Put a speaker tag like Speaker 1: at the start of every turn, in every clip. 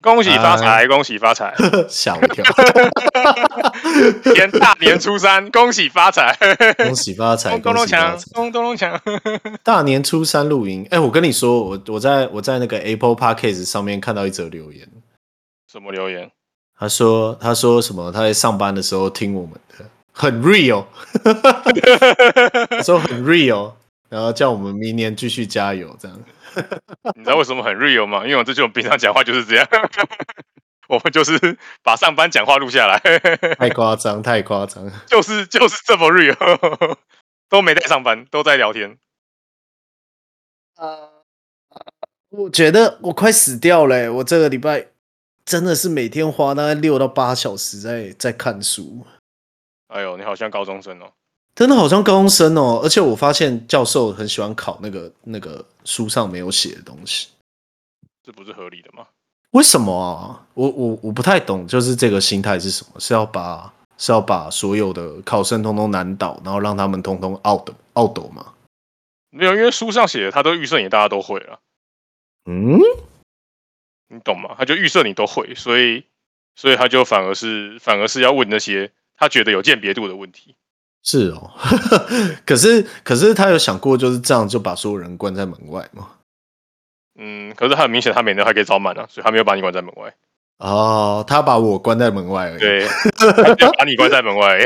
Speaker 1: 恭喜发财，恭喜发财！
Speaker 2: 吓我一跳，
Speaker 1: 年大年初三，恭喜发财！
Speaker 2: 恭喜发 财，
Speaker 1: 咚
Speaker 2: 恭
Speaker 1: 咚
Speaker 2: 喜发
Speaker 1: 锵
Speaker 2: 财！，
Speaker 1: 咚咚咚锵！
Speaker 2: 大年初三露营，哎、我跟你说，我我在我在那个 Apple Podcast 上面看到一则留言，
Speaker 1: 什么留 言？
Speaker 2: 他说他说什么？他在上班的时候听我们的，很 real，他说很 real，然后叫我们明年继续加油，这样。
Speaker 1: 你知道为什么很 real 吗？因为我这就平常讲话就是这样， 我们就是把上班讲话录下来，
Speaker 2: 太夸张，太夸张。
Speaker 1: 就是就是这么 real，都 没在上班，都在聊天。
Speaker 2: 我觉得我快死掉了欸、我这个礼拜真的是每天花大概六到八小时在在看书，
Speaker 1: 哎呦，你好像高中生哦。
Speaker 2: 真的好像高中生哦。而且我发现教授很喜欢考那个那个书上没有写的东西，
Speaker 1: 这不是合理的吗？
Speaker 2: 为什么啊？我我我不太懂，就是这个心态是什么？是要把是要把所有的考生通通难倒，然后让他们通通 out out 吗？
Speaker 1: 没有，因为书上写的，他都预设你大家都会了，
Speaker 2: 嗯，
Speaker 1: 你懂吗？他就预设你都会，所以所以他就反而是反而是要问那些他觉得有鉴别度的问题。
Speaker 2: 是哦。 可是可是他有想过就是这样就把所有人关在门外吗？
Speaker 1: 嗯，可是他很明显，他每年还可以招满啊，所以他没有把你关在门外，
Speaker 2: 哦，他把我关在门外而已。，
Speaker 1: 对，他只有把你关在门外，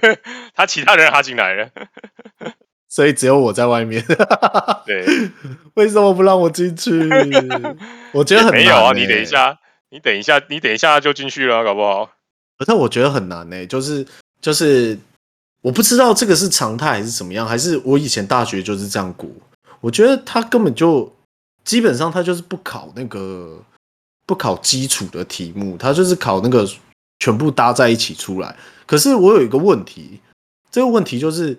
Speaker 1: 他其他人他进来了，
Speaker 2: 所以只有我在外面。
Speaker 1: 对，
Speaker 2: 为什么不让我进 去？我觉得很难、
Speaker 1: 没有啊，
Speaker 2: 欸
Speaker 1: 你等一。下，你等一下，你等一下就进去了啊，搞不好
Speaker 2: 可是我觉得很难呢、就是就是，我不知道这个是常态还是怎么样，还是我以前大学就是这样过。我觉得他根本就基本上他就是不考那个不考基础的题目，他就是考那个全部搭在一起出来。可是我有一个问题，这个问题就是，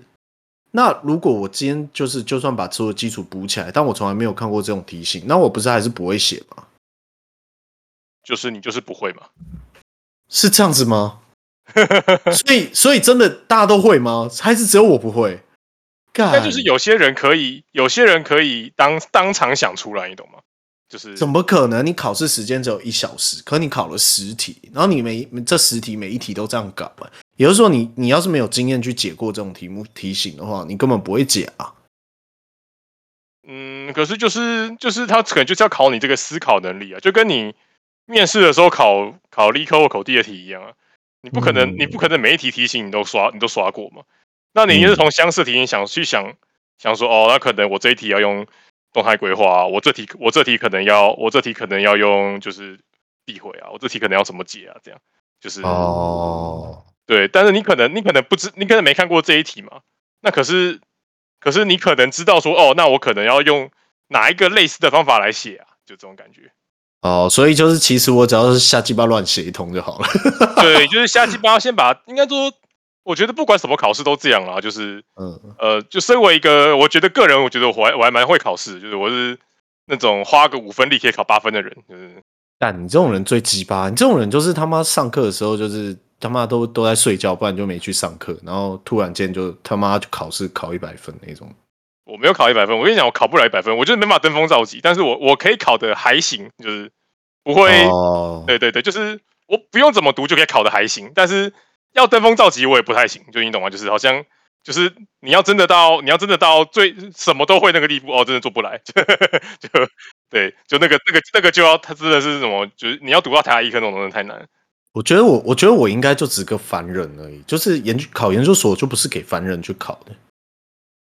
Speaker 2: 那如果我今天就是就算把所有基础补起来，但我从来没有看过这种题型，那我不是还是不会写吗？
Speaker 1: 就是你就是不会 嘛，
Speaker 2: 是这样子吗？ 所以，所以真的大家都会吗？还是只有我不会？干，
Speaker 1: 但就是有些人可以，有些人可以当当场想出来，你懂吗？就是
Speaker 2: 怎么可能？你考试时间只有一小时，可你考了十题，然后你每这十题每一题都这样搞、欸，也就是说你，你要是没有经验去解过这种题目题型的话，你根本不会解啊。
Speaker 1: 嗯，可是就是就是他可能就是要考你这个思考能力啊，就跟你面试的时候考考理科或口地的题一样啊，你不可能、
Speaker 2: 嗯
Speaker 1: 你不可能每一题题型你都刷你都刷过嘛，那你一定是从相似题型想去想想说哦，那可能我这一题要用动态规划、啊，我这题我这题可能要我这题可能要用就是地回啊，我这题可能要怎么解啊，这样就是
Speaker 2: 哦，
Speaker 1: 对，但是你可能你可能不知，你可能没看过这一题嘛？那可是可是你可能知道说，哦，那我可能要用哪一个类似的方法来写啊？就这种感觉。
Speaker 2: 哦，所以就是其实我只要是瞎鸡巴乱写一通就好了。
Speaker 1: 对，就是瞎鸡巴先把，应该说，我觉得不管什么考试都这样啦，就是
Speaker 2: 嗯，
Speaker 1: 呃，就身为一个，我觉得个人，我觉得我还我还蛮会考试的，就是我是那种花个五分力可以考八分的人，就是
Speaker 2: 但你这种人最鸡巴，你这种人就是他妈上课的时候就是他妈都都在睡觉，不然就没去上课，然后突然间就他妈就考试考一百分那种。
Speaker 1: 我没有考一百分，我跟你讲，我考不了一百分，我就是没办法登峰造极，但是我我可以考的还行，就是不会。
Speaker 2: 哦，
Speaker 1: 对对对，就是我不用怎么读就可以考的还行，但是要登峰造极我也不太行，就你懂吗？就是好像就是你要真的到你要真的到最什么都会那个地步哦，真的做不来，就就对，就那个那个那个就要他真的是什么，就是你要读到台大医科那种东西太难了。
Speaker 2: 我觉得我，我觉得我应该就只个凡人而已，就是研究考研究所就不是给凡人去考的。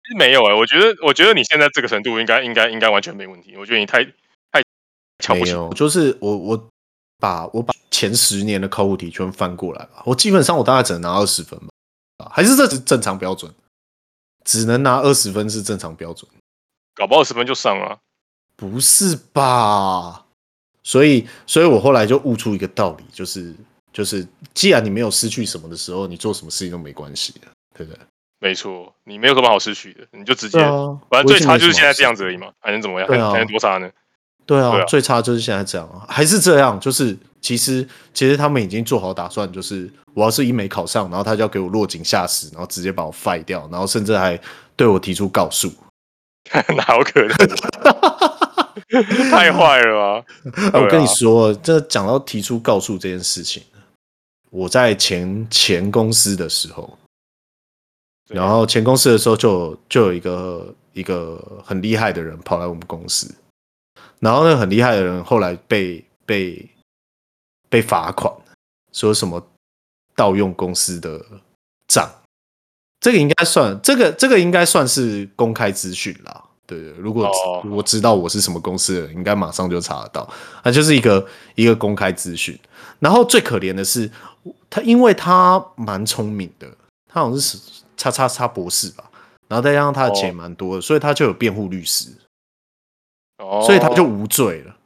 Speaker 1: 其实没有哎、我觉得我觉得你现在这个程度应该应该应该完全没问题，我觉得你太太瞧不
Speaker 2: 没
Speaker 1: 起
Speaker 2: 有，就是我我把我把前十年的考古题全翻过来吧，我基本上我大概只能拿二十分吧，啊还是这是正常标准，只能拿二十分是正常标准。
Speaker 1: 搞不好十分就上了。
Speaker 2: 不是吧？所以，所以我后来就悟出一个道理，就是就是，既然你没有失去什么的时候，你做什么事情都没关系的，对不对？
Speaker 1: 没错，你没有什么好失去的，你就直接，
Speaker 2: 对啊，
Speaker 1: 反正最差就是现在这样
Speaker 2: 子。
Speaker 1: 子而已嘛，还能怎么样？
Speaker 2: 对
Speaker 1: 还
Speaker 2: 啊
Speaker 1: 能还能多差呢？
Speaker 2: 对啊，
Speaker 1: 对啊
Speaker 2: 最差就是现在这样啊，还是这样，就是其实其实他们已经做好打算，就是我要是一没考上，然后他就要给我落井下石，然后直接把我 fire 掉，然后甚至还对我提出告诉。
Speaker 1: 哪有可能？太坏了吧！
Speaker 2: 哎，
Speaker 1: 对啊
Speaker 2: 我跟你说，这讲到提出告诉这件事情，我在前前公司的时候，
Speaker 1: 对
Speaker 2: 然后前公司的时候就有就有一个一个很厉害的人跑来我们公司，然后那个很厉害的人后来被被被罚款，说什么盗用公司的账，这个应该算这个这个应该算是公开资讯啦。对对，如果、
Speaker 1: 哦
Speaker 2: 如果知道我是什么公司的人，应该马上就查得到，它就是一个一个公开资讯。然后最可怜的是，他因为他蛮聪明的，他好像是叉叉叉博士吧，然后再加上他的钱
Speaker 1: 哦
Speaker 2: 蛮多的，所以他就有辩护律师，
Speaker 1: 哦
Speaker 2: 所以他就无罪了。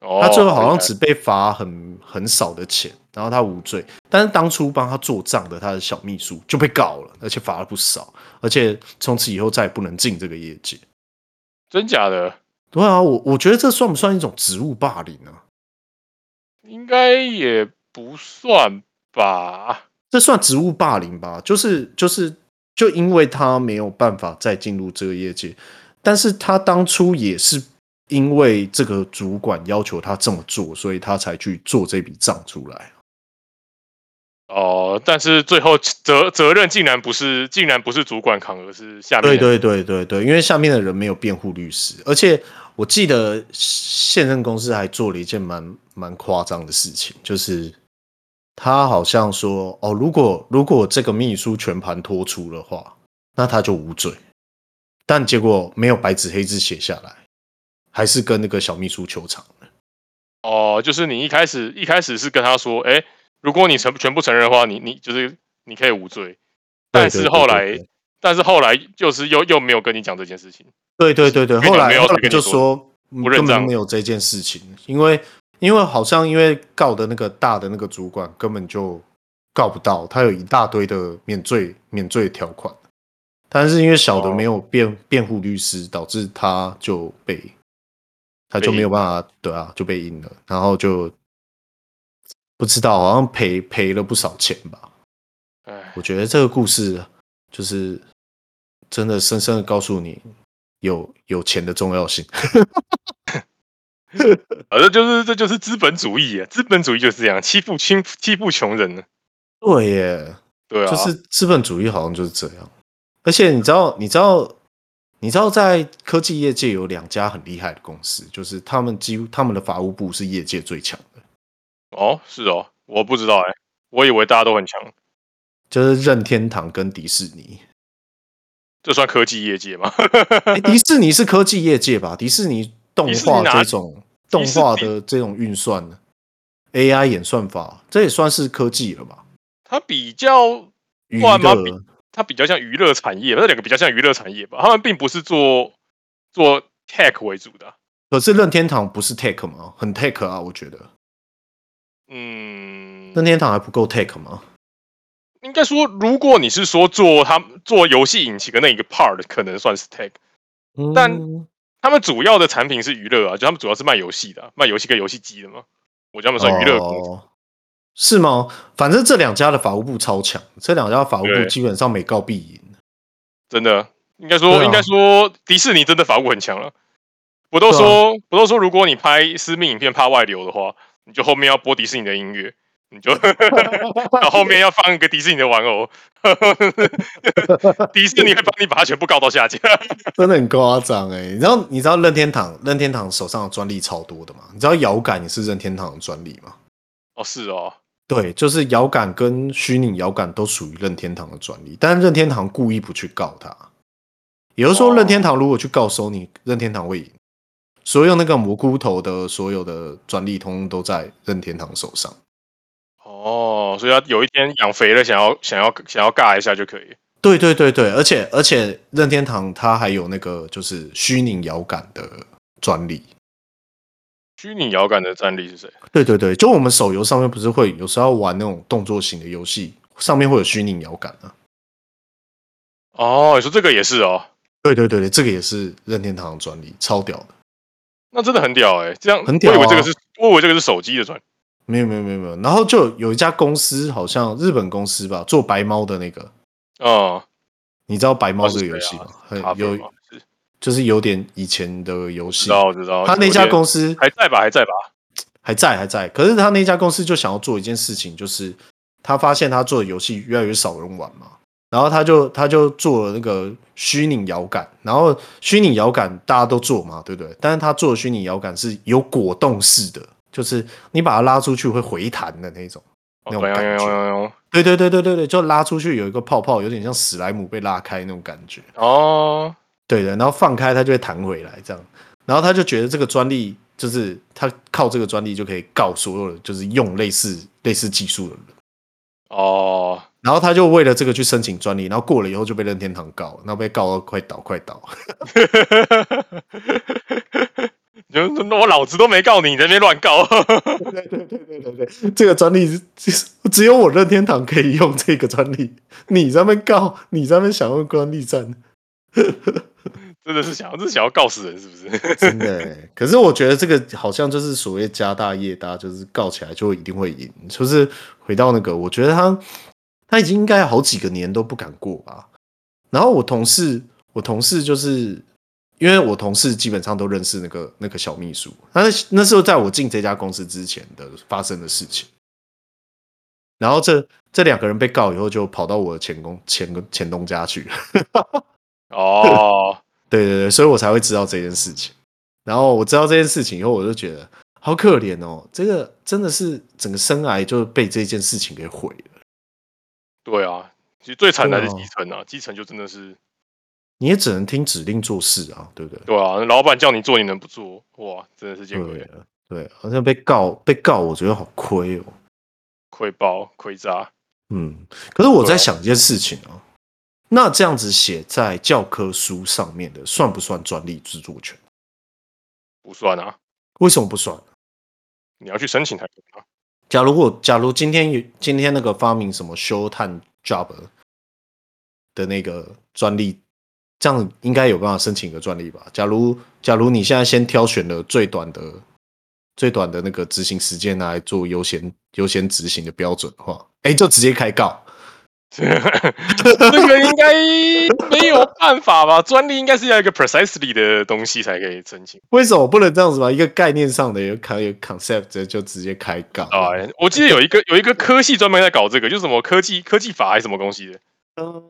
Speaker 1: 哦
Speaker 2: 他最后好像
Speaker 1: 明白
Speaker 2: 只被罚很很少的钱，然后他无罪。但是当初帮他做账的他的小秘书就被告了，而且罚了不少，而且从此以后再也不能进这个业界。
Speaker 1: 真假的，
Speaker 2: 对啊，我我觉得这算不算一种职务霸凌啊呢、
Speaker 1: 应该也不算吧？
Speaker 2: 这算职务霸凌吧？就是就是就因为他没有办法再进入这个业界，但是他当初也是因为这个主管要求他这么做，所以他才去做这笔账出来。
Speaker 1: 哦，但是最后责责任竟然不是，竟然不是主管扛，而是下面
Speaker 2: 对
Speaker 1: 的
Speaker 2: 对对对对，因为下面的人没有辩护律师，而且我记得现任公司还做了一件蛮蛮夸张的事情，就是他好像说哦，如果如果这个秘书全盘托出的话，那他就无罪。但结果没有白纸黑字写下来，还是跟那个小秘书求偿。
Speaker 1: 哦，就是你一开始一开始是跟他说，哎，如果你全全部承认的话，你你就是你可以无罪，但
Speaker 2: 对对
Speaker 1: 是
Speaker 2: 对
Speaker 1: 后
Speaker 2: 对
Speaker 1: 来
Speaker 2: 对
Speaker 1: 但是后来就是又又没有跟你讲这件事情。
Speaker 2: 对对对对，
Speaker 1: 因为
Speaker 2: 后
Speaker 1: 你
Speaker 2: 来
Speaker 1: 没有
Speaker 2: 后来
Speaker 1: 跟你
Speaker 2: 就
Speaker 1: 说
Speaker 2: 说嗯
Speaker 1: 不认
Speaker 2: 根本
Speaker 1: 账
Speaker 2: 没有这件事情，因为因为好像因为告的那个大的那个主管根本就告不到，他有一大堆的免罪免罪条款，但是因为小的
Speaker 1: 哦
Speaker 2: 没有辩、辩护律师，导致他就被他就
Speaker 1: 被
Speaker 2: 没有
Speaker 1: 赢
Speaker 2: 办法对啊就被赢了，然后就不知道好像赔赔了不少钱吧，
Speaker 1: 哎，
Speaker 2: 我觉得这个故事就是真的深深的告诉你有有钱的重要性。
Speaker 1: 反正就是呃这就是资本主义啊，资本主义就是这样，欺负轻欺负穷人呢。
Speaker 2: 对耶，
Speaker 1: 对啊，
Speaker 2: 就是资本主义好像就是这样。而且你知道，你知道，你知道，在科技业界有两家很厉害的公司，就是他们几乎他们的法务部是业界最强的，
Speaker 1: 哦，是哦，我不知道哎、我以为大家都很强，
Speaker 2: 就是任天堂跟迪士尼。
Speaker 1: 这算科技业界吗？
Speaker 2: 诶迪士尼是科技业界吧？迪士尼动
Speaker 1: 迪士
Speaker 2: 画
Speaker 1: 尼哪
Speaker 2: 这种动画
Speaker 1: 迪士
Speaker 2: 的这种运算，AI 演算法，这也算是科技了吧？
Speaker 1: 它比较，
Speaker 2: 娱
Speaker 1: 哇妈
Speaker 2: 乐，
Speaker 1: 它比较像娱乐产业，那两个比较像娱乐产业吧，他们并不是做做 tech 为主的啊。
Speaker 2: 可是任天堂不是 take 吗？很 take 啊，我觉得
Speaker 1: 嗯，
Speaker 2: 任天堂还不够 take 吗？
Speaker 1: 应该说，如果你是说做他们做游戏引擎的那一个 part，可能算是 tech。但
Speaker 2: 嗯
Speaker 1: 他们主要的产品是娱乐啊，就他们主要是卖游戏的啊、卖游戏跟游戏机的嘛。我觉得他们算娱乐公司。
Speaker 2: 哦是吗？反正这两家的法务部超强，这两家法务部
Speaker 1: 对
Speaker 2: 基本上每告必 赢。
Speaker 1: 真的，应该说，
Speaker 2: 对啊啊
Speaker 1: 应该说，迪士尼真的法务很强了。不都说，不都说，如果你拍私密影片怕外流的话，你就后面要播迪士尼的音乐，你就然 后后面要放一个迪士尼的玩偶， 迪士尼会帮你把它全部告到下架。
Speaker 2: 真的很夸张哎！你知道你知道任天堂任天堂手上的专利超多的吗？你知道摇杆也是任天堂的专利吗？
Speaker 1: 哦，是哦，
Speaker 2: 对，就是摇杆跟虚拟摇杆都属于任天堂的专利，但任天堂故意不去告他。也就是说，
Speaker 1: 哦
Speaker 2: 任天堂如果去告 Sony，任天堂会赢。所有那个蘑菇头的所有的专利，通通都在任天堂手上。
Speaker 1: 哦，所以他有一天养肥了，想要想要想要尬一下就可以。
Speaker 2: 对对对对，而且而且任天堂它还有那个就是虚拟摇杆的专利。
Speaker 1: 虚拟摇杆的战力是谁？
Speaker 2: 对对对，就我们手游上面不是会有时候玩那种动作型的游戏，上面会有虚拟摇杆啊。
Speaker 1: 哦，你说这个也是哦，
Speaker 2: 对对对对，这个也是任天堂的专利，超屌的。
Speaker 1: 那真的很屌哎、这样
Speaker 2: 很屌啊
Speaker 1: 我以为这个是，我以为这个是手机的专，
Speaker 2: 没有没有没有没有，然后就有一家公司，好像日本公司吧，做白猫的那个，
Speaker 1: 哦、
Speaker 2: 你知道白猫
Speaker 1: 哦是
Speaker 2: 这个游戏
Speaker 1: 谁啊
Speaker 2: 吗？
Speaker 1: 嗯，
Speaker 2: 很
Speaker 1: 咖啡
Speaker 2: 呃有
Speaker 1: 嘛是
Speaker 2: 就是有点以前的游
Speaker 1: 知
Speaker 2: 戏，
Speaker 1: 道知道，
Speaker 2: 他那家公
Speaker 1: 司
Speaker 2: 司
Speaker 1: 还在吧，还在吧，
Speaker 2: 还在还在，可是他那家公司就想要做一件事情，就是他发现他做的游戏越来越少人玩嘛，然后他就他就做了那个虚拟摇杆，然后虚拟摇杆大家都做嘛，对不对？但是他做的虚拟摇杆是有果冻式的，就是你把它拉出去会回弹的那种。那
Speaker 1: 哦
Speaker 2: 种
Speaker 1: 对
Speaker 2: 感
Speaker 1: 用
Speaker 2: 觉
Speaker 1: 用用用
Speaker 2: 对对对对对对，就拉出去有一个泡泡，有点像史莱姆被拉开那种感觉。
Speaker 1: 哦，
Speaker 2: 对的，然后放开它就会弹回来，这样，然后他就觉得这个专利就是他靠这个专利就可以告所有的就是用类似类似技术的人，
Speaker 1: 哦，
Speaker 2: 然后他就为了这个去申请专利，然后过了以后就被任天堂告，然后被告到快倒快倒，
Speaker 1: 你就那我老子都没告你，你在那边乱告，
Speaker 2: 对对对对对对，这个专利是只有我任天堂可以用这个专利，你在那边告，你在那边想用专利战，
Speaker 1: 真的是想要，这是想要告死人是不是？
Speaker 2: 真的欸。可是我觉得这个好像就是所谓家大业大，就是告起来就一定会赢。就是回到那个，我觉得他他已经应该好几个年都不敢过吧。然后我同事，我同事就是因为我同事基本上都认识那个那个小秘书，那那时候在我进这家公司之前的发生的事情。然后这这两个人被告以后，就跑到我的前公前前东家去了。
Speaker 1: 哦，
Speaker 2: 对对对，所以我才会知道这件事情。然后我知道这件事情以后，我就觉得好可怜哦，这个真的是整个生涯就被这件事情给毁了。
Speaker 1: 对啊，其实最惨的还是
Speaker 2: 对啊
Speaker 1: 基层啊，基层就真的是，
Speaker 2: 你也只能听指令做事啊，对不对？
Speaker 1: 对啊，老板叫你做你能不做，哇，真的是见
Speaker 2: 对
Speaker 1: 鬼，
Speaker 2: 啊对，好像被告被告，我觉得好亏哦。
Speaker 1: 亏包亏渣，
Speaker 2: 嗯，可是我
Speaker 1: 对
Speaker 2: 在
Speaker 1: 啊
Speaker 2: 想一件事情啊，那这样子写在教科书上面的，算不算专利制作权？
Speaker 1: 不算啊，
Speaker 2: 为什么不算？
Speaker 1: 你要去申请才可以啊。
Speaker 2: 假如我假如今天有今天那个发明什么修碳 job 的那个专利，这样应该有办法申请一个专利吧？假如假如你现在先挑选了最短的最短的那个执行时间拿来做优先优先执行的标准的话，哎、就直接开告。
Speaker 1: 这个应该没有办法吧？专利应该是要一个 precisely 的东西才可以申请。
Speaker 2: 为什么不能这样子吧？一个概念上的有 con 有 concept 就直接开告。
Speaker 1: 啊，我记得有一个有一个科系专门在搞这个，就是什么科技科技法还是什么东西的，
Speaker 2: 嗯，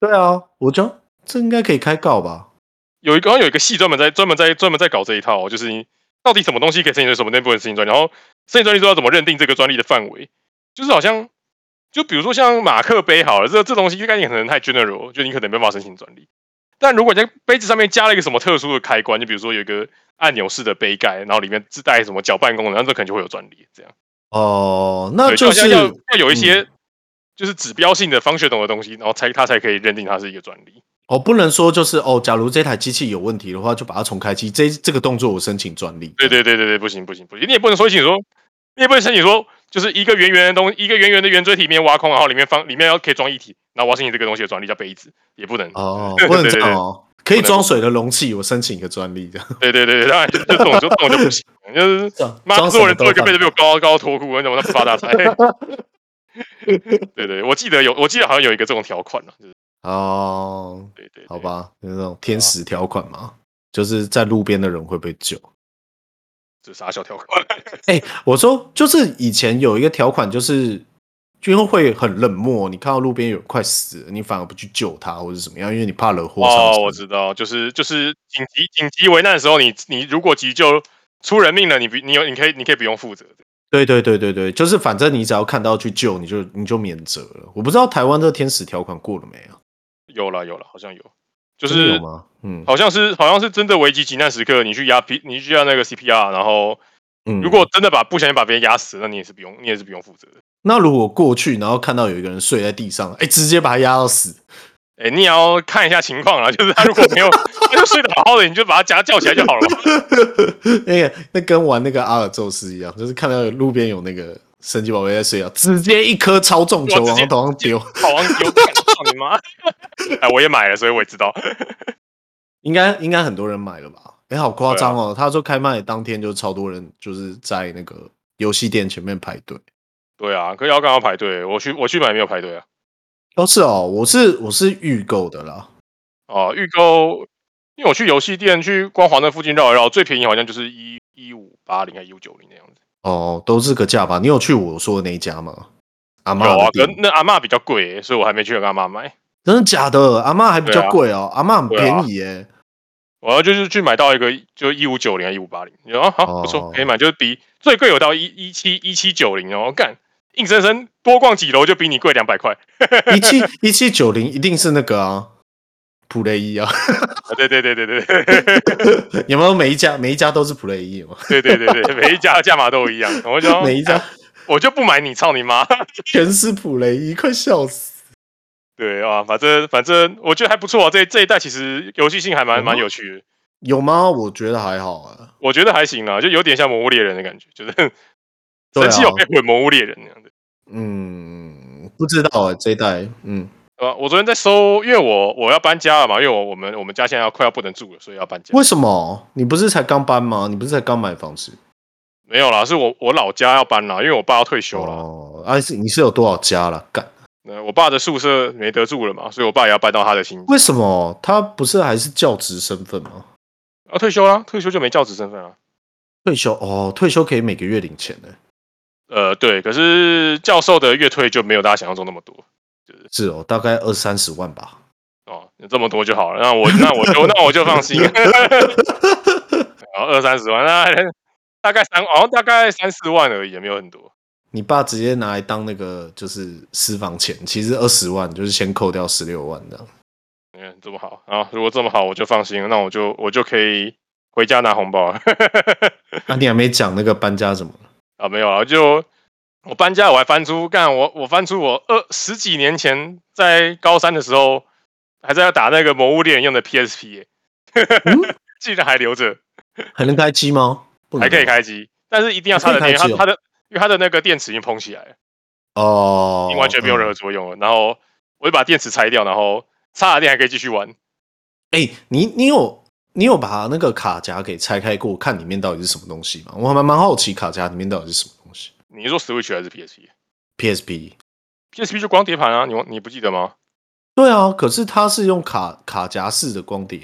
Speaker 2: 对啊，我觉得这应该可以开告吧？
Speaker 1: 有一个好像有一个系专门在专门在专门在搞这一套哦、就是你到底什么东西可以申请什么内部人申请专利，然后申请专利之后要怎么认定这个专利的范围，就是好像就比如说像马克杯好了，这这东西概念可能太 general，了就你可能没办法申请专利。但如果你在杯子上面加了一个什么特殊的开关，就比如说有一个按钮式的杯盖，然后里面自带什么搅拌功能，然后这可能就会有专利这样。
Speaker 2: 哦，那
Speaker 1: 对，就
Speaker 2: 就
Speaker 1: 好像
Speaker 2: 是嗯
Speaker 1: 要要有一些就是指标性的方学懂的东西，然后才它才可以认定它是一个专利。
Speaker 2: 哦，不能说就是哦，假如这台机器有问题的话，就把它重开机。这这个动作我申请专利。
Speaker 1: 对对对对对，不行不行不行，你也不能说清楚说，你也不能申请说，就是一个圆圆的东一个圆圆的圆锥体里面挖空，然后里面放里面要可以装液体，然后我要申请这个东西的专利叫杯子，也不能。
Speaker 2: 哦，不能这
Speaker 1: 对对对
Speaker 2: 样哦，可以
Speaker 1: 不能
Speaker 2: 装水的容器，我申请一个专利这样。
Speaker 1: 对对对对，当然就就这种就这种就不行， 就是
Speaker 2: 装
Speaker 1: 妈
Speaker 2: 装什
Speaker 1: 做
Speaker 2: 么
Speaker 1: 人
Speaker 2: 都
Speaker 1: 做一个
Speaker 2: 放
Speaker 1: 杯子被我高高脱裤，我怎么那不发大财？ 对对，我记得有，我记得好像有一个这种条款呢、就是
Speaker 2: 哦，
Speaker 1: 对对对
Speaker 2: 好，吧，就是那种天使条款嘛，就是在路边的人会被救。
Speaker 1: 这傻小条款。
Speaker 2: 我说，就是以前有一个条款，就是因为会很冷漠，你看到路边有人快死了，你反而不去救他或者怎么样，因为你怕惹祸上
Speaker 1: 哦，
Speaker 2: 身
Speaker 1: 我知道，就是就是紧急紧急危难的时候，你你如果急救出人命了，你不你有你可以你可以不用负责的。
Speaker 2: 对对对对对，就是反正你只要看到去救，你就你就免责了。我不知道台湾这个天使条款过了没啊？
Speaker 1: 有了有了，好像有，就
Speaker 2: 真的
Speaker 1: 是哦
Speaker 2: 有吗？嗯，
Speaker 1: 好像是好像是真的危机急难时刻，你去压 P 你去压那个 CPR，然后
Speaker 2: 嗯
Speaker 1: 如果真的把不小心把别人压死，那你也是不用你也是不用负责的。
Speaker 2: 那如果过去，然后看到有一个人睡在地上，哎，直接把他压到死，
Speaker 1: 哎、你也要看一下情况啊，就是他如果没有，他就睡得好好的，你就把他夹叫起来就好了嘛。
Speaker 2: 那个那跟玩那个阿尔宙斯一样，就是看到有路边有那个神奇宝贝在睡觉，直接一颗超重球
Speaker 1: 哇直
Speaker 2: 往
Speaker 1: 接
Speaker 2: 他头上丢，
Speaker 1: 好王有干操你妈！哎，我也买了，所以我也知道。
Speaker 2: 应该应该很多人买了吧？哎、好夸
Speaker 1: 啊
Speaker 2: 张哦！他说开卖当天就超多人，就是在那个游戏店前面排队。
Speaker 1: 对啊，可是要干嘛排队？我去我去买没有排队啊。
Speaker 2: 哦，是哦，我是我是预购的啦。
Speaker 1: 哦，预购，因为我去游戏店去光华那附近绕一绕，最便宜好像就是一一五八零还一五九零那样子。
Speaker 2: 哦，都是个价吧？你有去我说的那一家吗？阿妈
Speaker 1: 有啊，可
Speaker 2: 店
Speaker 1: 是那阿嬷比较贵耶，所以我还没去跟阿嬷买。
Speaker 2: 真的假的？阿妈还比
Speaker 1: 对
Speaker 2: 较
Speaker 1: 啊
Speaker 2: 贵哦，阿妈很
Speaker 1: 对啊
Speaker 2: 便宜耶、
Speaker 1: 我要就是去买到一个就一五九零还一五八零，你说啊好不
Speaker 2: 哦
Speaker 1: 错，可以买，就是比最贵有到一一七一七九零哦，干硬生生多逛几楼就比你贵两百块。
Speaker 2: 一七一七九零一定是那个啊，普雷伊啊，
Speaker 1: 啊对对对对 对对
Speaker 2: 有没有每一家每一家都是普雷伊嘛？
Speaker 1: 对对对对，每一家的价码都一 样，我就
Speaker 2: 每一 家
Speaker 1: 我就不买你，操你妈！
Speaker 2: 全是普雷伊，快笑死！
Speaker 1: 对啊，反正反正我觉得还不错啊，这这一代其实游戏性还
Speaker 2: 嗯
Speaker 1: 蛮蛮有趣的，
Speaker 2: 有吗？我觉得还好啊。
Speaker 1: 我觉得还行啊，就有点像魔物猎人的感觉，就是
Speaker 2: 对啊
Speaker 1: 神奇哦有被毁魔物猎人那样的。
Speaker 2: 嗯，不知道啊、这一代，嗯，
Speaker 1: 呃，我昨天在搜，因为我我要搬家了嘛，因为我我们我们家现在要快要不能住了，所以要搬家。
Speaker 2: 为什么？你不是才刚搬吗？你不是才刚买房子？
Speaker 1: 没有啦，是我我老家要搬啦，因为我爸要退休了，
Speaker 2: 哦，啊，是你是有多少家了？干，
Speaker 1: 呃我爸的宿舍没得住了嘛，所以我爸也要搬到他的新家。
Speaker 2: 为什么他不是还是教职身份吗？
Speaker 1: 啊，退休啦，退休就没教职身份啊。
Speaker 2: 退休哦，退休可以每个月领钱的、
Speaker 1: 呃，对，可是教授的月退就没有大家想象中那么多。
Speaker 2: 是哦，大概二三十万吧。
Speaker 1: 哦，有这么多就好了，那我那我就那我就 放心。然后二三十万，那 大概三，好像大概三四万而已，也没有很多。
Speaker 2: 你爸直接拿来当那个就是私房钱，其实二十万就是先扣掉十六万这样。
Speaker 1: 嗯，这么好啊！如果这么好，我就放心了，那我就我就可以回家拿红包了。
Speaker 2: 那、啊你还没讲那个搬家怎么？
Speaker 1: 啊，没有啊，就我搬家，我还翻出干我我翻出我二十几年前在高三的时候，还在打那个《魔物猎人》用的 PSP，、耶 竟然还留着。
Speaker 2: 还能开机吗？嗯不能
Speaker 1: 还可以
Speaker 2: 吧
Speaker 1: 开机，但是一定要插
Speaker 2: 还
Speaker 1: 着
Speaker 2: 可
Speaker 1: 电，
Speaker 2: 以
Speaker 1: 因为它
Speaker 2: 开机哦
Speaker 1: 它的因为它的那个电池已经膨起来了，
Speaker 2: 哦
Speaker 1: 已，经完全没有任
Speaker 2: 嗯。
Speaker 1: 何作用了。然后我就把电池拆掉，然后插了电还可以继续玩。
Speaker 2: 哎、你你有你有把那个卡夹给拆开过，看里面到底是什么东西吗？我还蛮蛮好奇卡夹里面到底是什么东西。
Speaker 1: 你是说 Switch 还是 PSP？PSP
Speaker 2: PSP，
Speaker 1: 就光碟盘啊，你忘你不记得吗？
Speaker 2: 对啊，可是它是用卡卡夹式的光碟，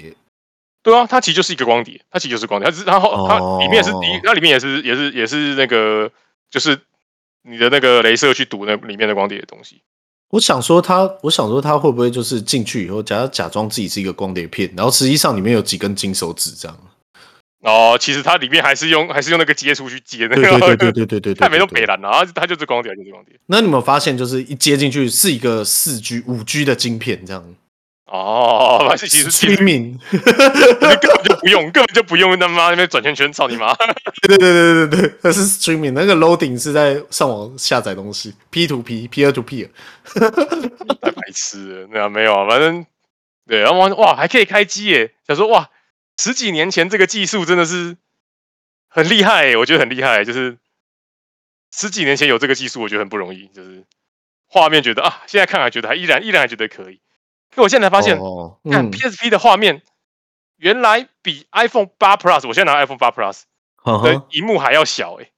Speaker 1: 对啊，它其实就是一个光碟，它其实就是光碟，它只是它后
Speaker 2: 哦
Speaker 1: 它里面是第一，它里面也是也是也是那个就是你的那个镭射去读那里面的光碟的东西。
Speaker 2: 我想说他，我想说他会不会就是进去以后假假装自己是一个光碟片，然后实际上里面有几根金手指这样？
Speaker 1: 哦，其实它里面还是用还是用那个接触去接那
Speaker 2: 对
Speaker 1: 个，
Speaker 2: 对对对 对对对对，
Speaker 1: 太没
Speaker 2: 对
Speaker 1: 用北。蓝了，啊它它就是光碟，它就是光碟。
Speaker 2: 那你有没有发现，就是一接进去是一个四 G、五 G 的晶片这样
Speaker 1: 哦，反正其实其实
Speaker 2: ？Streaming，
Speaker 1: 你根本就不用，根本就不用他妈那边转圈圈，操你妈！
Speaker 2: 对对对对对对，那是 Streaming，那个 loading 是在上网下载东西，P to P、P 二 to P。
Speaker 1: 太白痴了，那、啊、没有啊，反正对，然后我哇还可以开机耶，想说哇，十几年前这个技术真的是很厉害耶，我觉得很厉害，就是十几年前有这个技术，我觉得很不容易，就是画面觉得啊，现在看还觉得还依然依然还觉得可以，可我现在才发现，
Speaker 2: 哦，
Speaker 1: 看、
Speaker 2: 嗯，
Speaker 1: PSP 的画面原来比 iPhone 八 Plus，我现在拿 iPhone 八 Plus
Speaker 2: 呵
Speaker 1: 的
Speaker 2: 呵
Speaker 1: 荧幕还要小哎。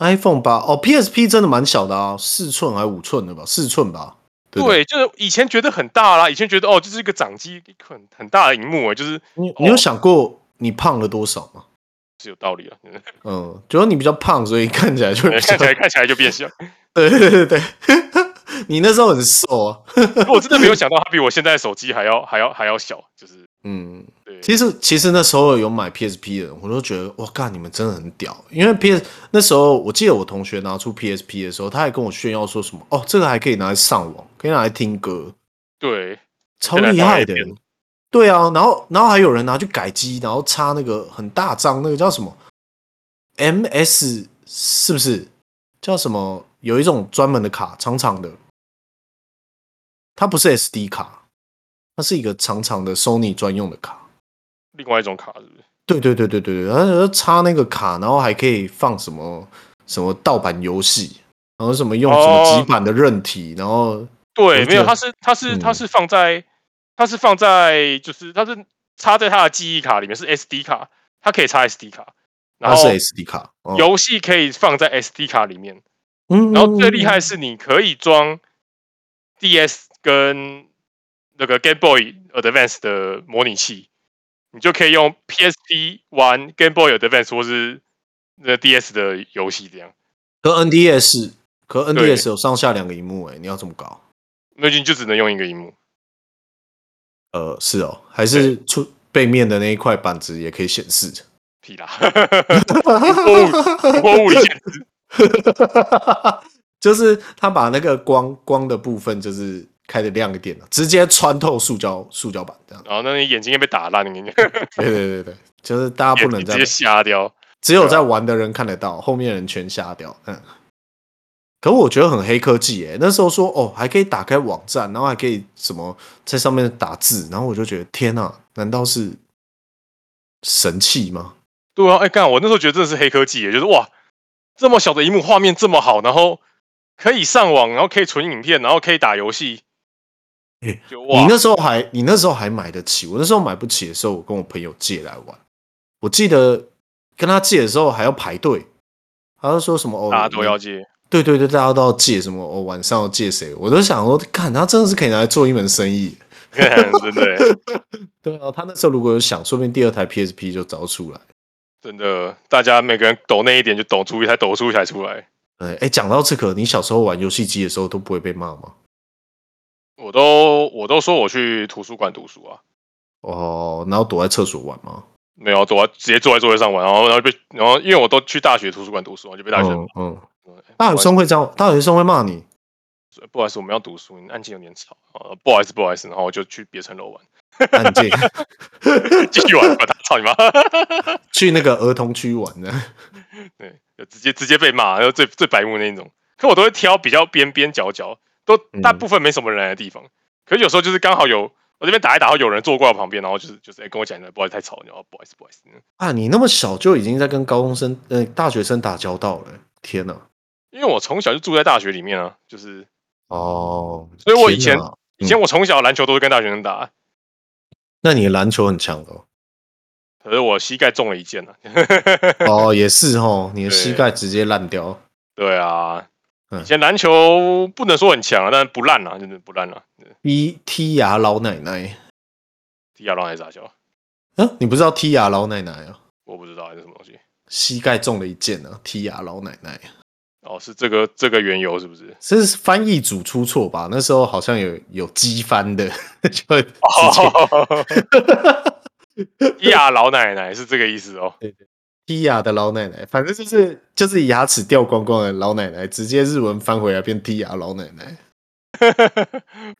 Speaker 2: ，iPhone 八哦，PSP 真的蛮小的啊，四寸还五寸的吧？四寸吧？对不对，
Speaker 1: 对，就是以前觉得很大啦，以前觉得哦，就是一个掌机，一个很很大的荧幕，就是
Speaker 2: 你你有
Speaker 1: 哦
Speaker 2: 想过你胖了多少吗？
Speaker 1: 是有道理啊了。
Speaker 2: 嗯，主要你比较胖，所以看起来就会比较
Speaker 1: 看起来看起来就 变小。
Speaker 2: 对对对 对，你那时候很瘦啊。
Speaker 1: 我真的没有想到它比我现在的手机还要还要还要小，就是
Speaker 2: 嗯，
Speaker 1: 对，
Speaker 2: 其实其实那时候有买 PSP 的人，我都觉得哇，干你们真的很屌。因为 PS 那时候，我记得我同学拿出 PSP 的时候，他还跟我炫耀说什么哦，这个还可以拿来上网，可以拿来听歌，
Speaker 1: 对啊
Speaker 2: 超厉害的
Speaker 1: 现在拿来变。
Speaker 2: 对啊，然后然后还有人拿去改机，然后插那个很大张，那个叫什么 MS 是不是？叫什么？有一种专门的卡，长长的，它不是 SD 卡，它是一个长长的 Sony 专用的卡。
Speaker 1: 另外一种卡是不是？
Speaker 2: 对对对对对对，然后就插那个卡，然后还可以放什么什么盗版游戏，然后什么用什么
Speaker 1: 哦
Speaker 2: 几版的韧体，然后
Speaker 1: 对，
Speaker 2: 我
Speaker 1: 没
Speaker 2: 觉
Speaker 1: 有，
Speaker 2: 得
Speaker 1: 它是它是
Speaker 2: 嗯
Speaker 1: 它是放在它是放在就是它是插在它的记忆卡里面是 SD 卡，它可以插 SD 卡，然
Speaker 2: 它
Speaker 1: 后
Speaker 2: 是 SD 卡。哦、
Speaker 1: 游戏可以放在 SD 卡里面，
Speaker 2: 嗯，
Speaker 1: 然后最厉害是你可以装 DS 跟那个 Game Boy Advance 的模拟器，你就可以用 PSP 玩 Game Boy Advance 或是那 DS 的游戏这样。
Speaker 2: 和 NDS 和
Speaker 1: 对
Speaker 2: NDS 有上下两个荧幕、欸，哎，你要怎么搞？
Speaker 1: 那就你就只能用一个荧幕，
Speaker 2: 呃，是哦，还是出背面的那一块板子也可以显示。
Speaker 1: 屁啦，突破物理限制。
Speaker 2: 就是他把那个光光的部分就是开的亮一点了，直接穿透塑胶塑胶板这样。
Speaker 1: 然后那你眼睛会被打烂，你
Speaker 2: 对对对对，就是大家不能
Speaker 1: 直
Speaker 2: 再
Speaker 1: 接瞎掉。
Speaker 2: 只有在玩的人看得
Speaker 1: 啊
Speaker 2: 到，后面人全瞎掉。嗯，可我觉得很黑科技耶、那时候说哦，还可以打开网站，然后还可以什么在上面打字，然后我就觉得天啊，难道是神器吗？
Speaker 1: 对啊，哎、干，我那时候觉得真的是黑科技耶，就是哇，这么小的荧幕画面这么好，然后可以上网，然后可以存影片，然后可以打游戏
Speaker 2: 哎，
Speaker 1: 就
Speaker 2: 你
Speaker 1: 哇，
Speaker 2: 那时候还你那时候还买得起，我那时候买不起的时候，我跟我朋友借来玩。我记得跟他借的时候还要排队，他就说什么哦，
Speaker 1: 大家都
Speaker 2: 你
Speaker 1: 要接。
Speaker 2: 对对对，大家都要借什么哦，晚上要借谁？我都想说，看他真的是可以拿来做一门生意。
Speaker 1: 真的耶，
Speaker 2: 对啊，他那时候如果有想，说不定第二台 PSP 就早出来。
Speaker 1: 真的，大家每个人抖那一点就抖出一台，抖出一台出来。
Speaker 2: 哎哎，讲到这个，你小时候玩游戏机的时候都不会被骂吗？
Speaker 1: 我都我都说我去图书馆读书啊，
Speaker 2: 哦，然后躲在厕所玩吗？
Speaker 1: 没有躲在直接坐在座位上玩，然后然后被然后因为我都去大学图书馆读书，啊我就被大学生
Speaker 2: 嗯嗯，
Speaker 1: 骂、
Speaker 2: 大学生会这样，大学生会骂你。
Speaker 1: 不好意思，我们要读书，你安静有点吵呃，不好意思，不好意思，然后我就去别层楼玩，
Speaker 2: 安静，
Speaker 1: 继续玩，管他操你妈！
Speaker 2: 去那个儿童区玩的。
Speaker 1: 对，就直接直接被骂，然后最最白目那一种。可我都会挑比较边边角角，都
Speaker 2: 嗯
Speaker 1: 大部分没什么人来的地方。可是有时候就是刚好有我这边打一打，然后有人坐过来我旁边，然后就是就是哎、跟我讲一下，不好意思太吵，然后不好意思不好意思。嗯
Speaker 2: 啊，你那么小就已经在跟高中生、呃大学生打交道了，天哪！
Speaker 1: 因为我从小就住在大学里面啊，
Speaker 2: 嗯
Speaker 1: 就是
Speaker 2: 哦，
Speaker 1: 所以我以
Speaker 2: 天
Speaker 1: 前
Speaker 2: 哪
Speaker 1: 以前我从小篮球都是跟大学生打，
Speaker 2: 那你的篮球很强哦。
Speaker 1: 可是我膝盖中了一箭啊。
Speaker 2: 哦，也是哦，你的膝
Speaker 1: 对
Speaker 2: 盖直接烂掉。
Speaker 1: 对啊，
Speaker 2: 嗯
Speaker 1: 以前篮球不能说很强啊，但不烂啊，真的不烂啊。
Speaker 2: 踢踢牙老奶奶，
Speaker 1: 踢亚龙还是啥球，
Speaker 2: 嗯、你不知道踢牙老奶奶啊？
Speaker 1: 我不知道还是什么东西。
Speaker 2: 膝盖中了一箭啊！踢牙老奶奶，
Speaker 1: 哦，是这个这个缘由是不是？
Speaker 2: 这是翻译组出错吧？那时候好像有有机翻的， 就会直 接
Speaker 1: 哦， 伊雅老奶奶是这个意思哦。
Speaker 2: 踢牙的老奶奶，反正就是就是牙齿掉光光的老奶奶，直接日文翻回来变踢牙老奶 奶，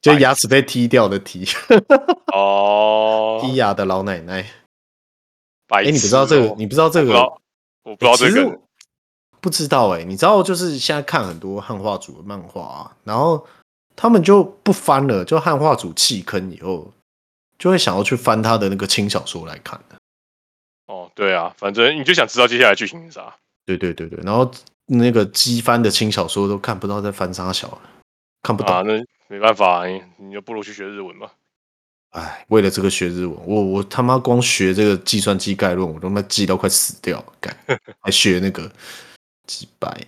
Speaker 2: 就牙齿被踢掉的踢
Speaker 1: 哦，
Speaker 2: 踢牙的老奶奶。
Speaker 1: 白
Speaker 2: 哎、
Speaker 1: 痴哦
Speaker 2: 你不知道这个？你不知道这
Speaker 1: 我不
Speaker 2: 个哎
Speaker 1: 知？道，我不知道
Speaker 2: 其
Speaker 1: 这
Speaker 2: 实
Speaker 1: 个
Speaker 2: 我不知道哎、你知道就是现在看很多汉化组的漫画啊，然后他们就不翻了，就汉化组弃坑以后，就会想要去翻他的那个轻小说来看。
Speaker 1: 哦，对啊，反正你就想知道接下来剧情是啥。
Speaker 2: 对对对对，然后那个机翻的轻小说都看不到在翻啥小，看不
Speaker 1: 啊，
Speaker 2: 懂。
Speaker 1: 那没办法，你你就不如去学日文吧。
Speaker 2: 哎、为了这个学日文，我我他妈光学这个计算机概论，我他妈记到快死掉， 干还学那个几百、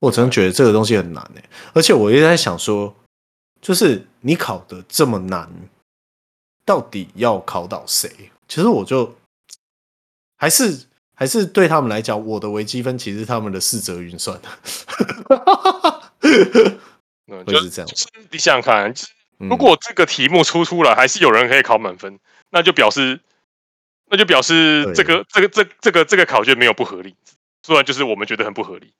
Speaker 2: 我真的觉得这个东西很难哎、而且我一直在想说，就是你考的这么难，到底要考倒谁？其实我就还是还是对他们来讲，我的微积分其实是他们的四则运算，
Speaker 1: 嗯，
Speaker 2: 会
Speaker 1: 就是
Speaker 2: 这样
Speaker 1: 就是你想想看，就是
Speaker 2: 嗯
Speaker 1: 如果这个题目出出来，还是有人可以考满分，那就表示，那就表示
Speaker 2: 对
Speaker 1: 这个这个这这个这个考卷没有不合理，虽然就是我们觉得很不合理。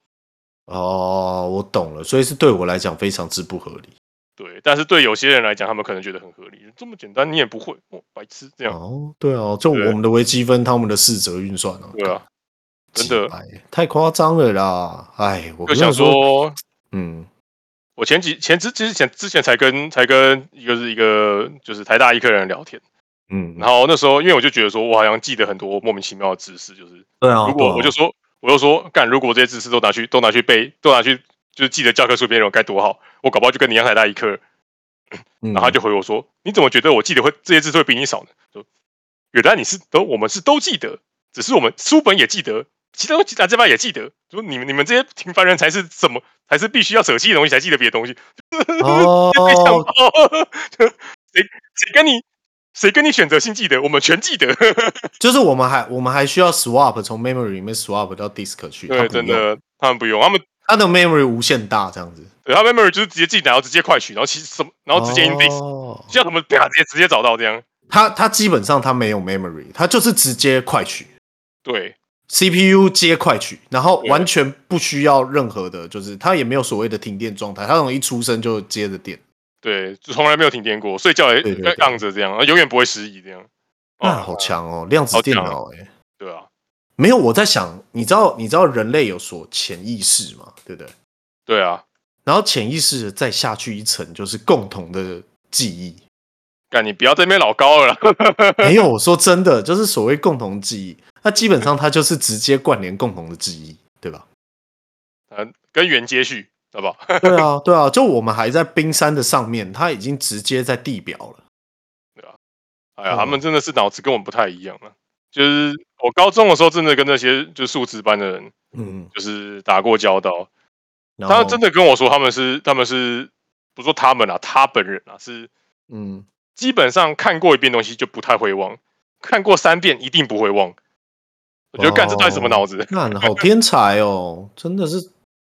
Speaker 2: 哦，我懂了，所以是对我来讲非常之不合理。
Speaker 1: 对，但是对有些人来讲，他们可能觉得很合理，这么简单你也不会，哦，白痴这样，
Speaker 2: 哦，对哦，就
Speaker 1: 对
Speaker 2: 我们的微积分，他们的四则运算哦，
Speaker 1: 对啊，真
Speaker 2: 几
Speaker 1: 的
Speaker 2: 百，太夸张了啦！哎，我
Speaker 1: 就
Speaker 2: 跟你
Speaker 1: 想
Speaker 2: 说，
Speaker 1: 说，
Speaker 2: 嗯，
Speaker 1: 我前几前之之前之前才跟才跟一个是一个就是台大医科人聊天，
Speaker 2: 嗯，
Speaker 1: 然后那时候因为我就觉得说我好像记得很多莫名其妙的知识，就是
Speaker 2: 对啊，
Speaker 1: 如
Speaker 2: 对啊
Speaker 1: 果我就说我就说干，如果这些知识都拿去都拿去背都拿去就是记得教科书边有该多好，我搞不好就跟你一样台大医科人。
Speaker 2: 嗯
Speaker 1: 然后他就回我说：“你怎么觉得我记得会这些字会比你少呢？”说原来你是都我们是都记得，只是我们书本也记得，其他东西杂这边也记得。说你们你们这些平凡人才是怎么才是必须要舍弃的东西才记得别的东西， 被呛
Speaker 2: 哦，
Speaker 1: 爆。就谁谁跟你谁跟你选择性记得，我们全记得。
Speaker 2: 就是我们还我们还需要 swap 从 memory 里面 swap 到 disk 去，他
Speaker 1: 对，
Speaker 2: 不用
Speaker 1: 真的他们不用，他们
Speaker 2: 他的 memory 无限大这样子，
Speaker 1: 对他们 memory 就是直接记得，然后直接快取，然后其实什么，然后直接 index，
Speaker 2: 哦
Speaker 1: 叫他们啪直接直接找到这样。
Speaker 2: 他他基本上他没有 memory，他就是直接快取
Speaker 1: 对
Speaker 2: CPU 接快取，然后
Speaker 1: 对
Speaker 2: 完全不需要任何的，就是他也没有所谓的停电状态，他从一出生就接着电，
Speaker 1: 对，就从来没有停电过，睡觉也
Speaker 2: 对对
Speaker 1: 要
Speaker 2: 对
Speaker 1: 杠着这样，然后永远不会失忆这样。
Speaker 2: 那好强哦，量子
Speaker 1: 好
Speaker 2: 电
Speaker 1: 强
Speaker 2: 脑哎、
Speaker 1: 对啊，
Speaker 2: 没有我在想，你知道你知道人类有所潜意识嘛，对不对？
Speaker 1: 对啊，
Speaker 2: 然后潜意识再下去一层就是共同的记忆，
Speaker 1: 干你不要在那边老高了啦，
Speaker 2: 没有，我说真的，就是所谓共同记忆，那基本上它就是直接关联共同的记忆，对吧？
Speaker 1: 嗯，跟原接续，好不好？
Speaker 2: 对啊，对啊，就我们还在冰山的上面，它已经直接在地表了。
Speaker 1: 哎呀，
Speaker 2: 嗯
Speaker 1: 他们真的是脑子跟我们不太一样了。就是我高中的时候，真的跟那些就是数值班的人，
Speaker 2: 嗯，
Speaker 1: 就是打过交道。
Speaker 2: 然后
Speaker 1: 他真的跟我说，他们是他们是不说他们啊，他本人啊，是
Speaker 2: 嗯，
Speaker 1: 基本上看过一遍东西就不太会忘，看过三遍一定不会忘。我觉得干这到底什
Speaker 2: 哦
Speaker 1: 么脑子？
Speaker 2: 看好天才哦，真的是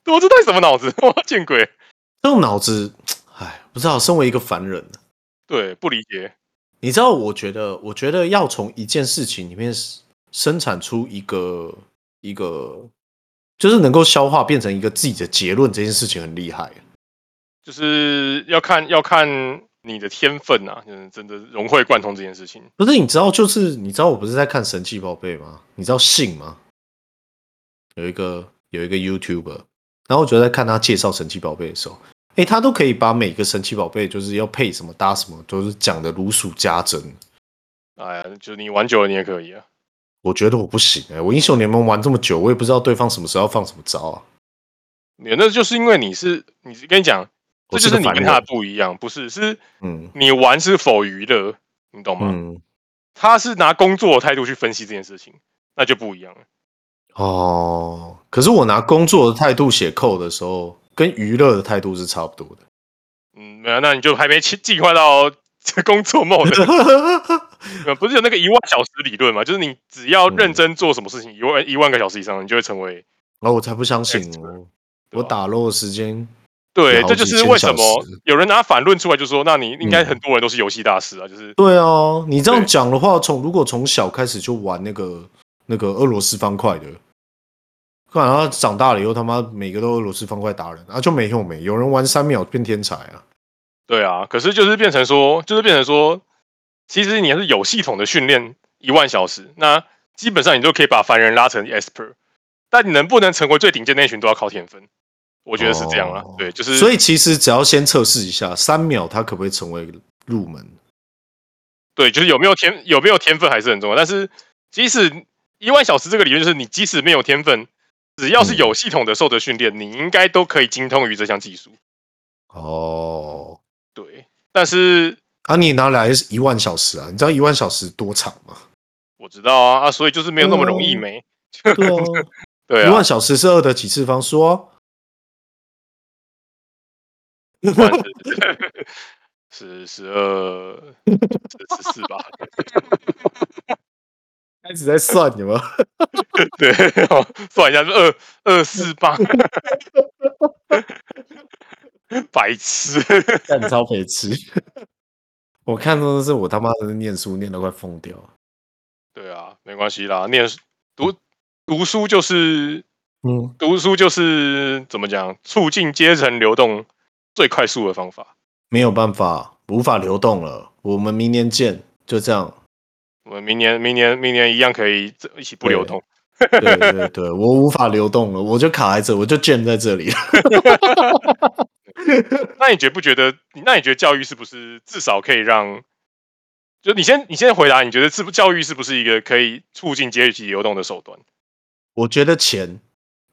Speaker 1: 对我这到底什么脑子？ 我见鬼！
Speaker 2: 这种脑子，哎，不知道。身为一个凡人，
Speaker 1: 对，不理解。
Speaker 2: 你知道，我觉得，我觉得要从一件事情里面生产出一个一个，就是能够消化变成一个自己的结论，这件事情很厉害。
Speaker 1: 就是要看要看你的天分啊，就是真的融会贯通这件事情。
Speaker 2: 不是，你知道，就是你知道，我不是在看《神奇宝贝》吗？你知道信吗？有一个有一个 YouTuber，然后我就在看他介绍神奇宝贝的时候，诶，他都可以把每个神奇宝贝就是要配什么搭什么，都是讲的如数家珍。
Speaker 1: 哎呀，就是你玩久了你也可以啊。
Speaker 2: 我觉得我不行诶，我英雄联盟玩这么久，我也不知道对方什么时候要放什么招啊。
Speaker 1: 没有，那就是因为你是你跟你讲，
Speaker 2: 我
Speaker 1: 这
Speaker 2: 是
Speaker 1: 就
Speaker 2: 个
Speaker 1: 是你
Speaker 2: 凡
Speaker 1: 跟
Speaker 2: 人
Speaker 1: 他的不一样，不是是
Speaker 2: 嗯
Speaker 1: 你玩是否娱乐，你懂吗？
Speaker 2: 嗯，
Speaker 1: 他是拿工作的态度去分析这件事情，那就不一样了。
Speaker 2: 哦，可是我拿工作的态度写扣的时候，跟娱乐的态度是差不多的。
Speaker 1: 嗯，没有，那你就还没进进化到 工作 mode 呢。呃不是有那个一万小时理论嘛？就是你只要认
Speaker 2: 嗯
Speaker 1: 真做什么事情，一万一万个小时以上，你就会成为。
Speaker 2: 然后哦我才不相信
Speaker 1: 对
Speaker 2: 哦，
Speaker 1: 对
Speaker 2: 我
Speaker 1: 吧
Speaker 2: 打漏的时间
Speaker 1: 对，
Speaker 2: 了
Speaker 1: 这就
Speaker 2: 解
Speaker 1: 是
Speaker 2: 千
Speaker 1: 为
Speaker 2: 小
Speaker 1: 什么
Speaker 2: 时
Speaker 1: 有人拿反论出来，就说那你应该
Speaker 2: 嗯
Speaker 1: 很多人都是游戏大师啊，就是
Speaker 2: 对啊，你这样
Speaker 1: 对
Speaker 2: 讲的话，从如果从小开始就玩那个那个俄罗斯方块的，看他长大了以后，他妈每个都俄罗斯方块打人，啊就没用没，有人玩三秒变天才啊，
Speaker 1: 对啊。可是就是变成说，就是变成说，其实你还是有系统的训练一万小时，那基本上你就可以把凡人拉成 expert，但你能不能成为最顶尖那一群，都要靠天分。我觉得是这样啊，
Speaker 2: 哦
Speaker 1: 对，就是
Speaker 2: 所以其实只要先测试一下，三秒他可不可以成为入门？
Speaker 1: 对，就是有没有天有没有天分还是很重要。但是即使一万小时这个理论，就是你即使没有天分，只要是
Speaker 2: 嗯
Speaker 1: 有系统的受的训练，你应该都可以精通于这项技术。
Speaker 2: 哦，
Speaker 1: 对，但是
Speaker 2: 啊你拿来一万小时啊，你知道一万小时多长吗？
Speaker 1: 我知道啊啊，所以就是没有那么容易
Speaker 2: 嗯
Speaker 1: 没。
Speaker 2: 对啊，
Speaker 1: 对
Speaker 2: 一
Speaker 1: 啊
Speaker 2: 万，小时是二的几次方说、
Speaker 1: 但是是十二十四吧？
Speaker 2: 开始在算你们。
Speaker 1: 对，好算一下是二二四八，白痴。
Speaker 2: 干超白痴。 我看真的是我他妈的念书念到快疯掉了。
Speaker 1: 对啊，没关系啦，念读读书就是
Speaker 2: 嗯，
Speaker 1: 读书就是怎么讲，促进阶层流动最快速的方法。
Speaker 2: 没有办法，无法流动了。我们明年见，就这样。
Speaker 1: 我们明年、明年、明年一样可以这一起不流
Speaker 2: 对
Speaker 1: 通。
Speaker 2: 对 对对，我无法流动了，我就卡在这，我就卷在这里了。
Speaker 1: 那你觉不觉得？那你觉得教育是不是至少可以让？就你先，你先回答，你觉得是不教育是不是一个可以促进阶级流动的手段？
Speaker 2: 我觉得钱，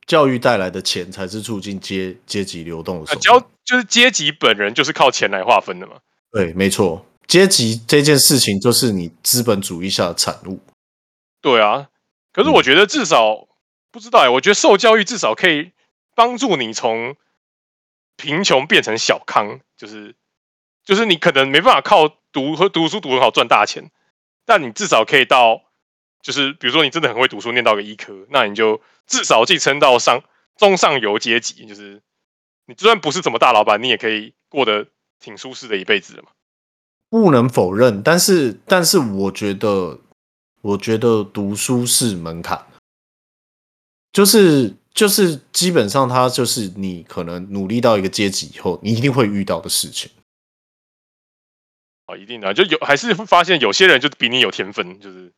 Speaker 2: 教育带来的钱才是促进阶阶级流动的手
Speaker 1: 呃，
Speaker 2: 段。
Speaker 1: 教就是阶级本人就是靠钱来划分的嘛。
Speaker 2: 对，没错，阶级这件事情就是你资本主义下的产物。
Speaker 1: 对啊，可是我觉得至少、不知道哎、我觉得受教育至少可以帮助你从贫穷变成小康，就是就是你可能没办法靠读和读书读很好赚大钱，但你至少可以到就是比如说你真的很会读书，念到个医科，那你就至少晋升到上中上游阶级，就是你就算不是什么大老板，你也可以过得挺舒适的一辈子了嘛。
Speaker 2: 不能否认，但是但是我觉得，我觉得读书是门槛，就是就是基本上它就是你可能努力到一个阶级以后，你一定会遇到的事情。
Speaker 1: 啊，一定的啊，就有还是会发现有些人就比你有天分，就是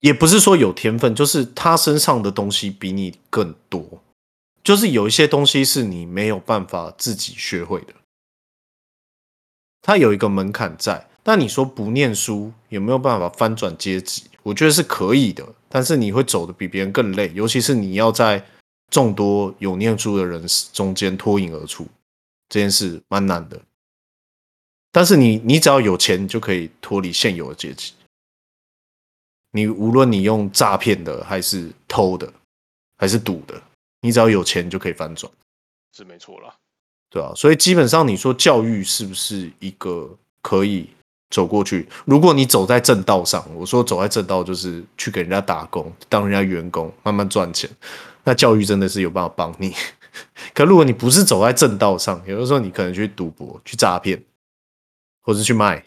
Speaker 2: 也不是说有天分，就是他身上的东西比你更多，就是有一些东西是你没有办法自己学会的，他有一个门槛在。但你说不念书有没有办法翻转阶级？我觉得是可以的，但是你会走得比别人更累，尤其是你要在众多有念书的人中间脱颖而出，这件事蛮难的。但是你你只要有钱，你就可以脱离现有的阶级。你无论你用诈骗的，还是偷的，还是赌的，你只要有钱你就可以翻转，
Speaker 1: 是没错啦。
Speaker 2: 对啊，所以基本上你说教育是不是一个可以走过去？如果你走在正道上，我说走在正道就是去给人家打工，当人家员工，慢慢赚钱，那教育真的是有办法帮你。 可如果你不是走在正道上，有的时候你可能去赌博、去诈骗，或是去卖，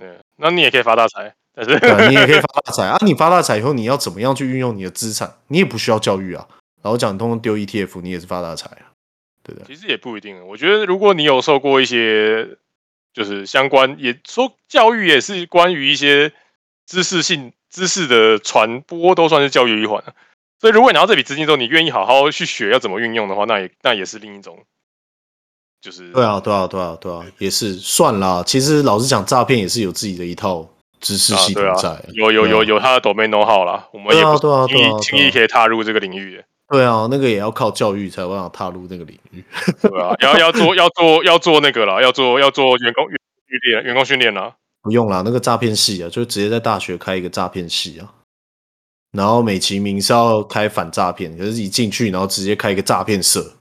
Speaker 1: 嗯，那你也可以发大财，但是
Speaker 2: 对啊、你也可以发大财啊！你发大财以后，你要怎么样去运用你的资产？你也不需要教育啊。然后讲，通通丢 ETF，你也是发大财啊，对不对？
Speaker 1: 其实也不一定。啊我觉得如果你有受过一些，就是相关也说教育也是关于一些知识性知识的传播，都算是教育一环啊、所以如果你拿到这笔资金之后，你愿意好好去学要怎么运用的话，那也那也是另一种，就是
Speaker 2: 对啊，对啊，对啊，对啊，也是算啦。其实老实讲，诈骗也是有自己的一套知识
Speaker 1: 啊
Speaker 2: 系统
Speaker 1: 对啊
Speaker 2: 在。
Speaker 1: 有有有有他的 domain know how 啦，我们
Speaker 2: 对
Speaker 1: 也
Speaker 2: 啊
Speaker 1: 不是
Speaker 2: 对啊
Speaker 1: 轻
Speaker 2: 对啊
Speaker 1: 易轻易
Speaker 2: 对啊
Speaker 1: 可以踏入这个领域的，
Speaker 2: 对啊，那个也要靠教育才有办法踏入那个领域。
Speaker 1: 对啊，要要做要做要做那个啦，要做要做员工员工训练员工训练啦。
Speaker 2: 不用啦，那个诈骗系啊，就直接在大学开一个诈骗系啊。然后美其名是要开反诈骗，可是一进去，然后直接开一个诈骗社。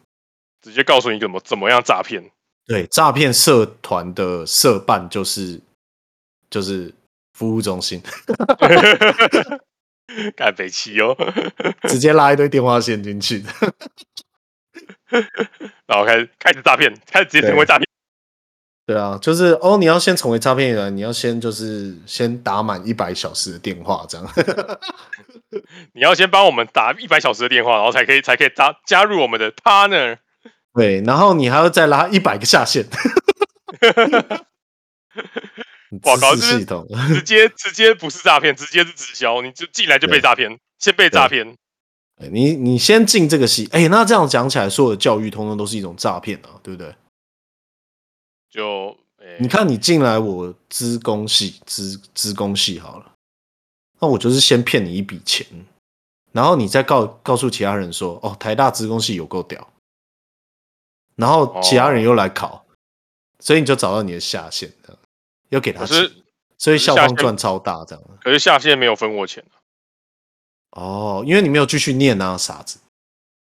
Speaker 1: 直接告诉你怎么怎么样诈骗。
Speaker 2: 对，诈骗社团的社办就是就是服务中心，
Speaker 1: 干北齐哦，
Speaker 2: 直接拉一堆电话线进去。
Speaker 1: 然后开始开始诈骗，开始直接成为诈骗。
Speaker 2: 对啊，就是哦，你要先成为诈骗人，你要先就是先打满一百小时的电话，这样
Speaker 1: 你要先帮我们打一百小时的电话，然后才可以才可以加加入我们的 partner。
Speaker 2: 对，然后你还要再拉一百个下线。
Speaker 1: 哇靠
Speaker 2: 知识
Speaker 1: 这是
Speaker 2: 系统，
Speaker 1: 直接直接不是诈骗，直接是直销，你就进来就被
Speaker 2: 对
Speaker 1: 诈骗，先被诈骗。
Speaker 2: 你你先进这个系，哎，那这样讲起来，所有的教育通通都是一种诈骗啊，对不对？
Speaker 1: 就哎诶
Speaker 2: 你看你进来我资工系资资工系好了，那我就是先骗你一笔钱，然后你再告告诉其他人说，哦，台大资工系有够屌，然后其他人又来考，
Speaker 1: 哦
Speaker 2: 所以你就找到你的下线，这样又给他
Speaker 1: 可是
Speaker 2: 钱，所以校
Speaker 1: 下
Speaker 2: 方
Speaker 1: 线
Speaker 2: 赚超大这样。
Speaker 1: 可是下线没有分我钱啊
Speaker 2: 哦，因为你没有继续念啊，傻子。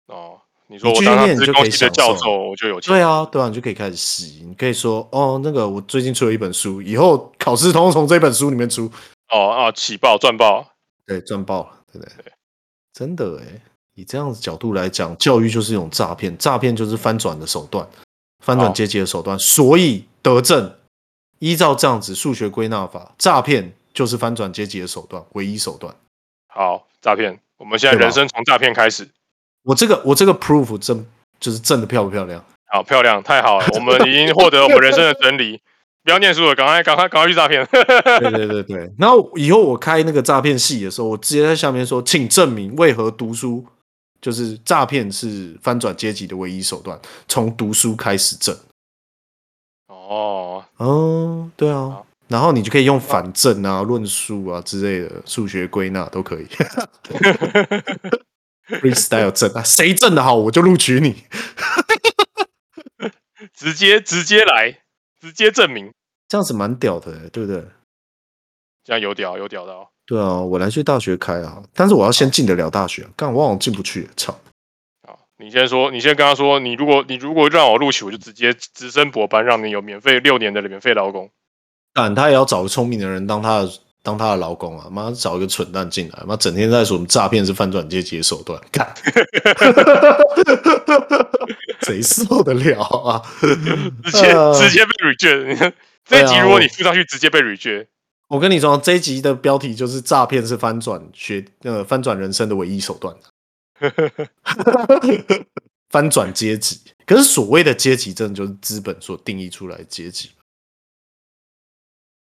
Speaker 1: 哦。你说
Speaker 2: 你
Speaker 1: 我
Speaker 2: 继续
Speaker 1: 当上
Speaker 2: 念你
Speaker 1: 资
Speaker 2: 就
Speaker 1: 工
Speaker 2: 可以
Speaker 1: 系的
Speaker 2: 享受
Speaker 1: 教
Speaker 2: 啊
Speaker 1: 授，我就有钱。
Speaker 2: 对啊，对啊，你就可以开始洗。你可以说，哦，那个我最近出了一本书，以后考试通通从这本书里面出。
Speaker 1: 哦啊，起爆赚爆，
Speaker 2: 对，赚爆了，对不对？真的哎，以这样子角度来讲，教育就是一种诈骗，诈骗就是翻转的手段，翻转
Speaker 1: 好
Speaker 2: 阶级的手段。所以德政依照这样子数学归纳法，诈骗就是翻转阶级的手段，唯一手段。
Speaker 1: 好诈骗。我们现在
Speaker 2: 对吧
Speaker 1: 人生从诈骗开始。
Speaker 2: 我这个我这个 proof 正就是正的漂不漂亮？
Speaker 1: 好漂亮，太好了，我们已经获得我们人生的真理。不要念书了，赶快赶快赶快去诈骗。
Speaker 2: 对对对对。然后以后我开那个诈骗系的时候，我直接在下面说，请证明为何读书就是诈骗是翻转阶级的唯一手段，从读书开始证。哦，对啊
Speaker 1: 好，
Speaker 2: 然后你就可以用反证啊、论述啊之类的数学归纳都可以。freestyle 证 啊，谁证的好我就录取你。
Speaker 1: 直接直接来，直接证明，
Speaker 2: 这样子蛮屌的、对不对？
Speaker 1: 这样有屌有屌的哦。
Speaker 2: 对啊，我来去大学开啊，但是我要先进得了大学、啊干我好像进不去，操！
Speaker 1: 好，你先说，你先跟他说，你如果你如果让我录取，我就直接直升博班，让你有免费六年的免费劳工。
Speaker 2: 但他也要找个聪明的人当他的当他的老公啊，妈找一个蠢蛋进来，妈整天在说什么诈骗是反转阶级的手段， 干，谁受得了啊？
Speaker 1: 直接、
Speaker 2: 呃
Speaker 1: 直接被 reject。你看 这一集
Speaker 2: 对啊
Speaker 1: 如果
Speaker 2: 我
Speaker 1: 你附上去，直接被 reject。
Speaker 2: 我跟你说，这一集的标题就是“诈骗是翻转学呃翻转人生的唯一手段”，翻转阶级。可是所谓的阶级，真的就是资本所定义出来的阶级。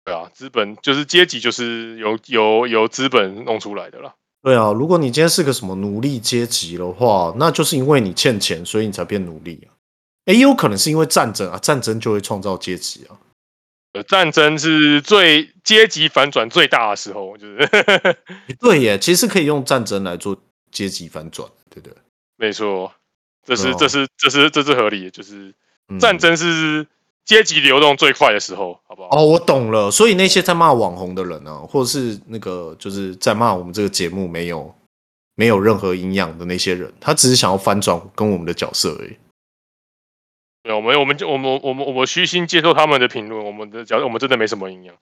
Speaker 1: 对啊，资本就是阶级，就是由由由资本弄出来的啦。
Speaker 2: 对啊，如果你今天是个什么奴隶阶级的话，那就是因为你欠钱，所以你才变奴隶啊。诶，也有可能是因为战争啊，战争就会创造阶级啊。
Speaker 1: 呃，战争是最阶级反转最大的时候，就是
Speaker 2: 对耶，其实可以用战争来做阶级翻转，对不对？
Speaker 1: 没错，这是
Speaker 2: 对啊
Speaker 1: 这是这是这是合理的，就是
Speaker 2: 嗯
Speaker 1: 战争是阶级流动最快的时候，好不好？
Speaker 2: 哦，我懂了。所以那些在骂网红的人啊，或者是那个就是在骂我们这个节目没有没有任何营养的那些人，他只是想要翻转跟我们的角色而已。
Speaker 1: 对，我们我们就我们我们我们虚心接受他们的评论，我们的讲我们真的没什么营养。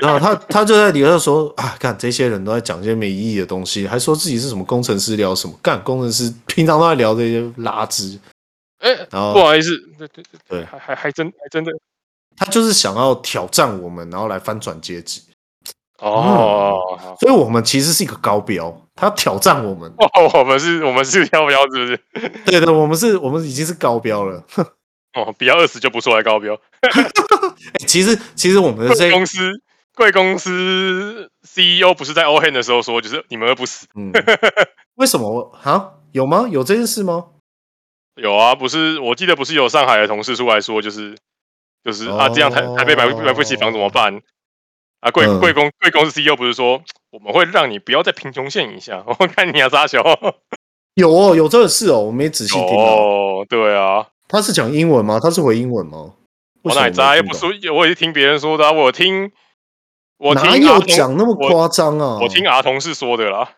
Speaker 2: 然后 他他就在里头说啊，干这些人都在讲一些没意义的东西，还说自己是什么工程师聊什么，干工程师平常都在聊这些垃圾。
Speaker 1: 哎、
Speaker 2: 然
Speaker 1: 不
Speaker 2: 后
Speaker 1: 好意思，对对对，
Speaker 2: 哦对
Speaker 1: 还还还真 还真的
Speaker 2: 他就是想要挑战我们，然后来翻转阶级。
Speaker 1: 哦。好
Speaker 2: 所以我们其实是一个高标，他挑战我们。
Speaker 1: 哦，我们是，我们是要不要？是不是？
Speaker 2: 对的，我们是我们已经是高标了。
Speaker 1: 哦，比较二十就不错来高标。
Speaker 2: 哎其实其实我们的这
Speaker 1: 贵公司，贵公司 CEO 不是在 O Hen 的时候说，就是你们会不死？
Speaker 2: 嗯， 为什么我啊？有吗？有这件事吗？
Speaker 1: 有啊，不是？我记得不是有上海的同事出来说，就是就是、啊，这样台台北买不买不起房怎么办？啊，贵
Speaker 2: 嗯
Speaker 1: 贵公贵公司 CEO 不是说我们会让你不要在贫穷线以下？ 我看你啊，沙小
Speaker 2: 有哦，有这个事哦，我没仔细听、哦。
Speaker 1: 哦，对啊，
Speaker 2: 他是讲英文吗？他是回英文吗？为
Speaker 1: 我
Speaker 2: 什么
Speaker 1: 奶渣
Speaker 2: 没
Speaker 1: 又
Speaker 2: 听
Speaker 1: 不
Speaker 2: 懂
Speaker 1: 说，我也是听别人说的、啊，我听我听
Speaker 2: 哪
Speaker 1: 啊
Speaker 2: 有
Speaker 1: 同
Speaker 2: 讲那么
Speaker 1: 我
Speaker 2: 夸张啊？
Speaker 1: 我听 R 同事说的啦。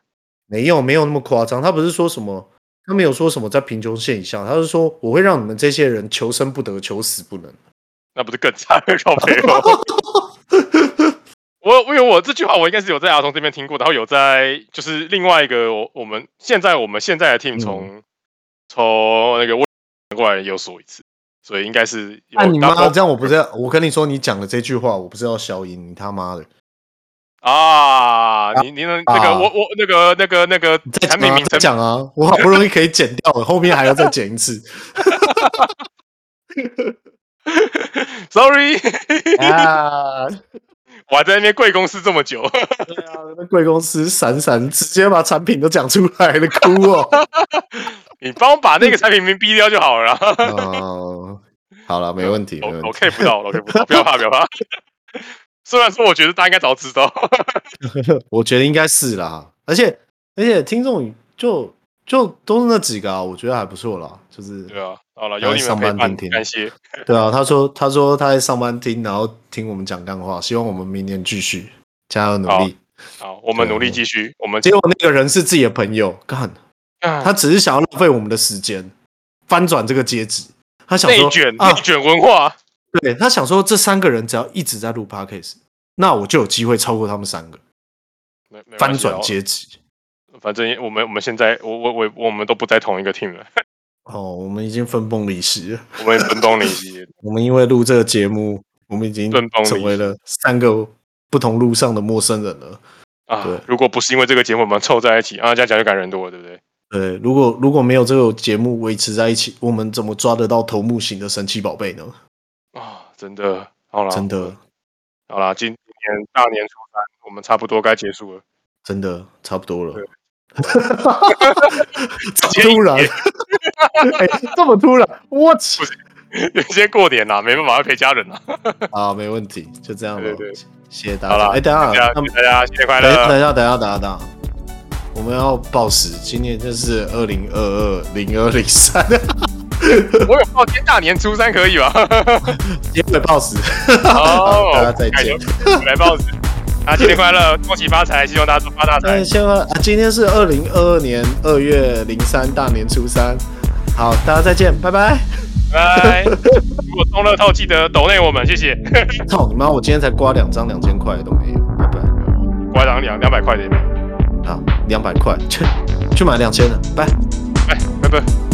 Speaker 2: 没有没有那么夸张，他不是说什么，他没有说什么在贫穷线以上，他是说我会让你们这些人求生不得，求死不能。
Speaker 1: 那不是更惨？靠背哦。我我有我这句话，我应该是有在阿童这边听过，然后有在就是另外一个我我们现在我们现在的 team
Speaker 2: 嗯
Speaker 1: 从从、那个问过来又说一次，所以应该是有
Speaker 2: 那你
Speaker 1: 然后
Speaker 2: 妈这样，我不是要我跟你说，你讲的这句话，我不是要消音，你他妈的！
Speaker 1: 啊，你你能那个、
Speaker 2: 啊
Speaker 1: 我我那个那个那个
Speaker 2: 你再
Speaker 1: 产
Speaker 2: 讲
Speaker 1: 品
Speaker 2: 啊
Speaker 1: 名
Speaker 2: 再
Speaker 1: 称
Speaker 2: 讲啊，我好不容易可以剪掉了，后面还要再剪一次。
Speaker 1: ，sorry，
Speaker 2: 嗯 啊，
Speaker 1: 我还在那边贵公司这么久，
Speaker 2: 对啊，那贵公司闪闪直接把产品都讲出来了，哭哦。
Speaker 1: 你帮我把那
Speaker 2: 嗯
Speaker 1: 个产品名逼掉就好了啦。
Speaker 2: 哦，好了，没问 题，没
Speaker 1: 我
Speaker 2: 问
Speaker 1: 我
Speaker 2: 题。
Speaker 1: 看不到，我看不到，不要怕，不 要怕。虽然说我觉得大家应该早知道，
Speaker 2: 我觉得应该是啦，而且而且听众就就都是那几个啊，我觉得还不错啦，就是
Speaker 1: 对啊，好了，有你们
Speaker 2: 上
Speaker 1: 陪
Speaker 2: 班
Speaker 1: 伴，
Speaker 2: 听听
Speaker 1: 感谢。
Speaker 2: 对啊。他说他说他在上班听，然后听我们讲干话，希望我们明年继续加油努力。
Speaker 1: 好，我们
Speaker 2: 对
Speaker 1: 努力继续，我们啊
Speaker 2: 结果那个人是自己的朋友，干，他
Speaker 1: 他
Speaker 2: 只是想要浪费我们的时间，翻转这个阶级。他想
Speaker 1: 内
Speaker 2: 说
Speaker 1: 卷，
Speaker 2: 啊
Speaker 1: 内，卷文化，
Speaker 2: 对他想说，这三个人只要一直在录 podcast，那我就有机会超过他们三个，
Speaker 1: 没没关
Speaker 2: 翻
Speaker 1: 系
Speaker 2: 转
Speaker 1: 哦
Speaker 2: 阶级。
Speaker 1: 反正我们我们现在，我我我我们都不在同一个 team 了，
Speaker 2: 哦，我们已经分崩离析了。
Speaker 1: 我们分崩 离析。
Speaker 2: 我们因为录这个节目，我们已经
Speaker 1: 分崩离析
Speaker 2: 成为了三个不同路上的陌生人了。
Speaker 1: 啊
Speaker 2: 对！
Speaker 1: 如果不是因为这个节目，我们凑在一起啊，这样讲就感人多了，对不对？
Speaker 2: 对，如果如果没有这个节目维持在一起，我们怎么抓得到头目型的神奇宝贝呢？
Speaker 1: 啊，真的，好啦，
Speaker 2: 真的，
Speaker 1: 好啦，今年大年初三，我们差不多该结束了。
Speaker 2: 真的差不多了
Speaker 1: 对。
Speaker 2: 这 么突然，哎、这么突然，我去，
Speaker 1: 有些过年啦，没办法要陪家人啦。
Speaker 2: 啊，没问题，就这样了。
Speaker 1: 对对对
Speaker 2: 谢谢大
Speaker 1: 好
Speaker 2: 家。
Speaker 1: 啦，
Speaker 2: 哎，等一下
Speaker 1: 大家，
Speaker 2: 那
Speaker 1: 祝大家新年快
Speaker 2: 等
Speaker 1: 乐！
Speaker 2: 等一下，等一下，等一下，等一下，我们要报时，今年就是二零二二零二零三，
Speaker 1: 我有报天大年初三可以吧？
Speaker 2: 结尾报时。
Speaker 1: 哦，
Speaker 2: 大家再见
Speaker 1: 见，来报纸。 啊，新年快乐，恭喜发财，希望大家都发大财
Speaker 2: 但。先啊，今天是二零二二年二月零三大年初三，好，大家再见，拜拜。
Speaker 1: 拜。如果中乐透，记得抖内我们，谢谢。
Speaker 2: 操你妈！我今天才刮两张两千块都没有，拜拜。
Speaker 1: 我还涨两两百块的也没有，
Speaker 2: 好，两百块，去去买两千的，拜。
Speaker 1: 哎，拜拜。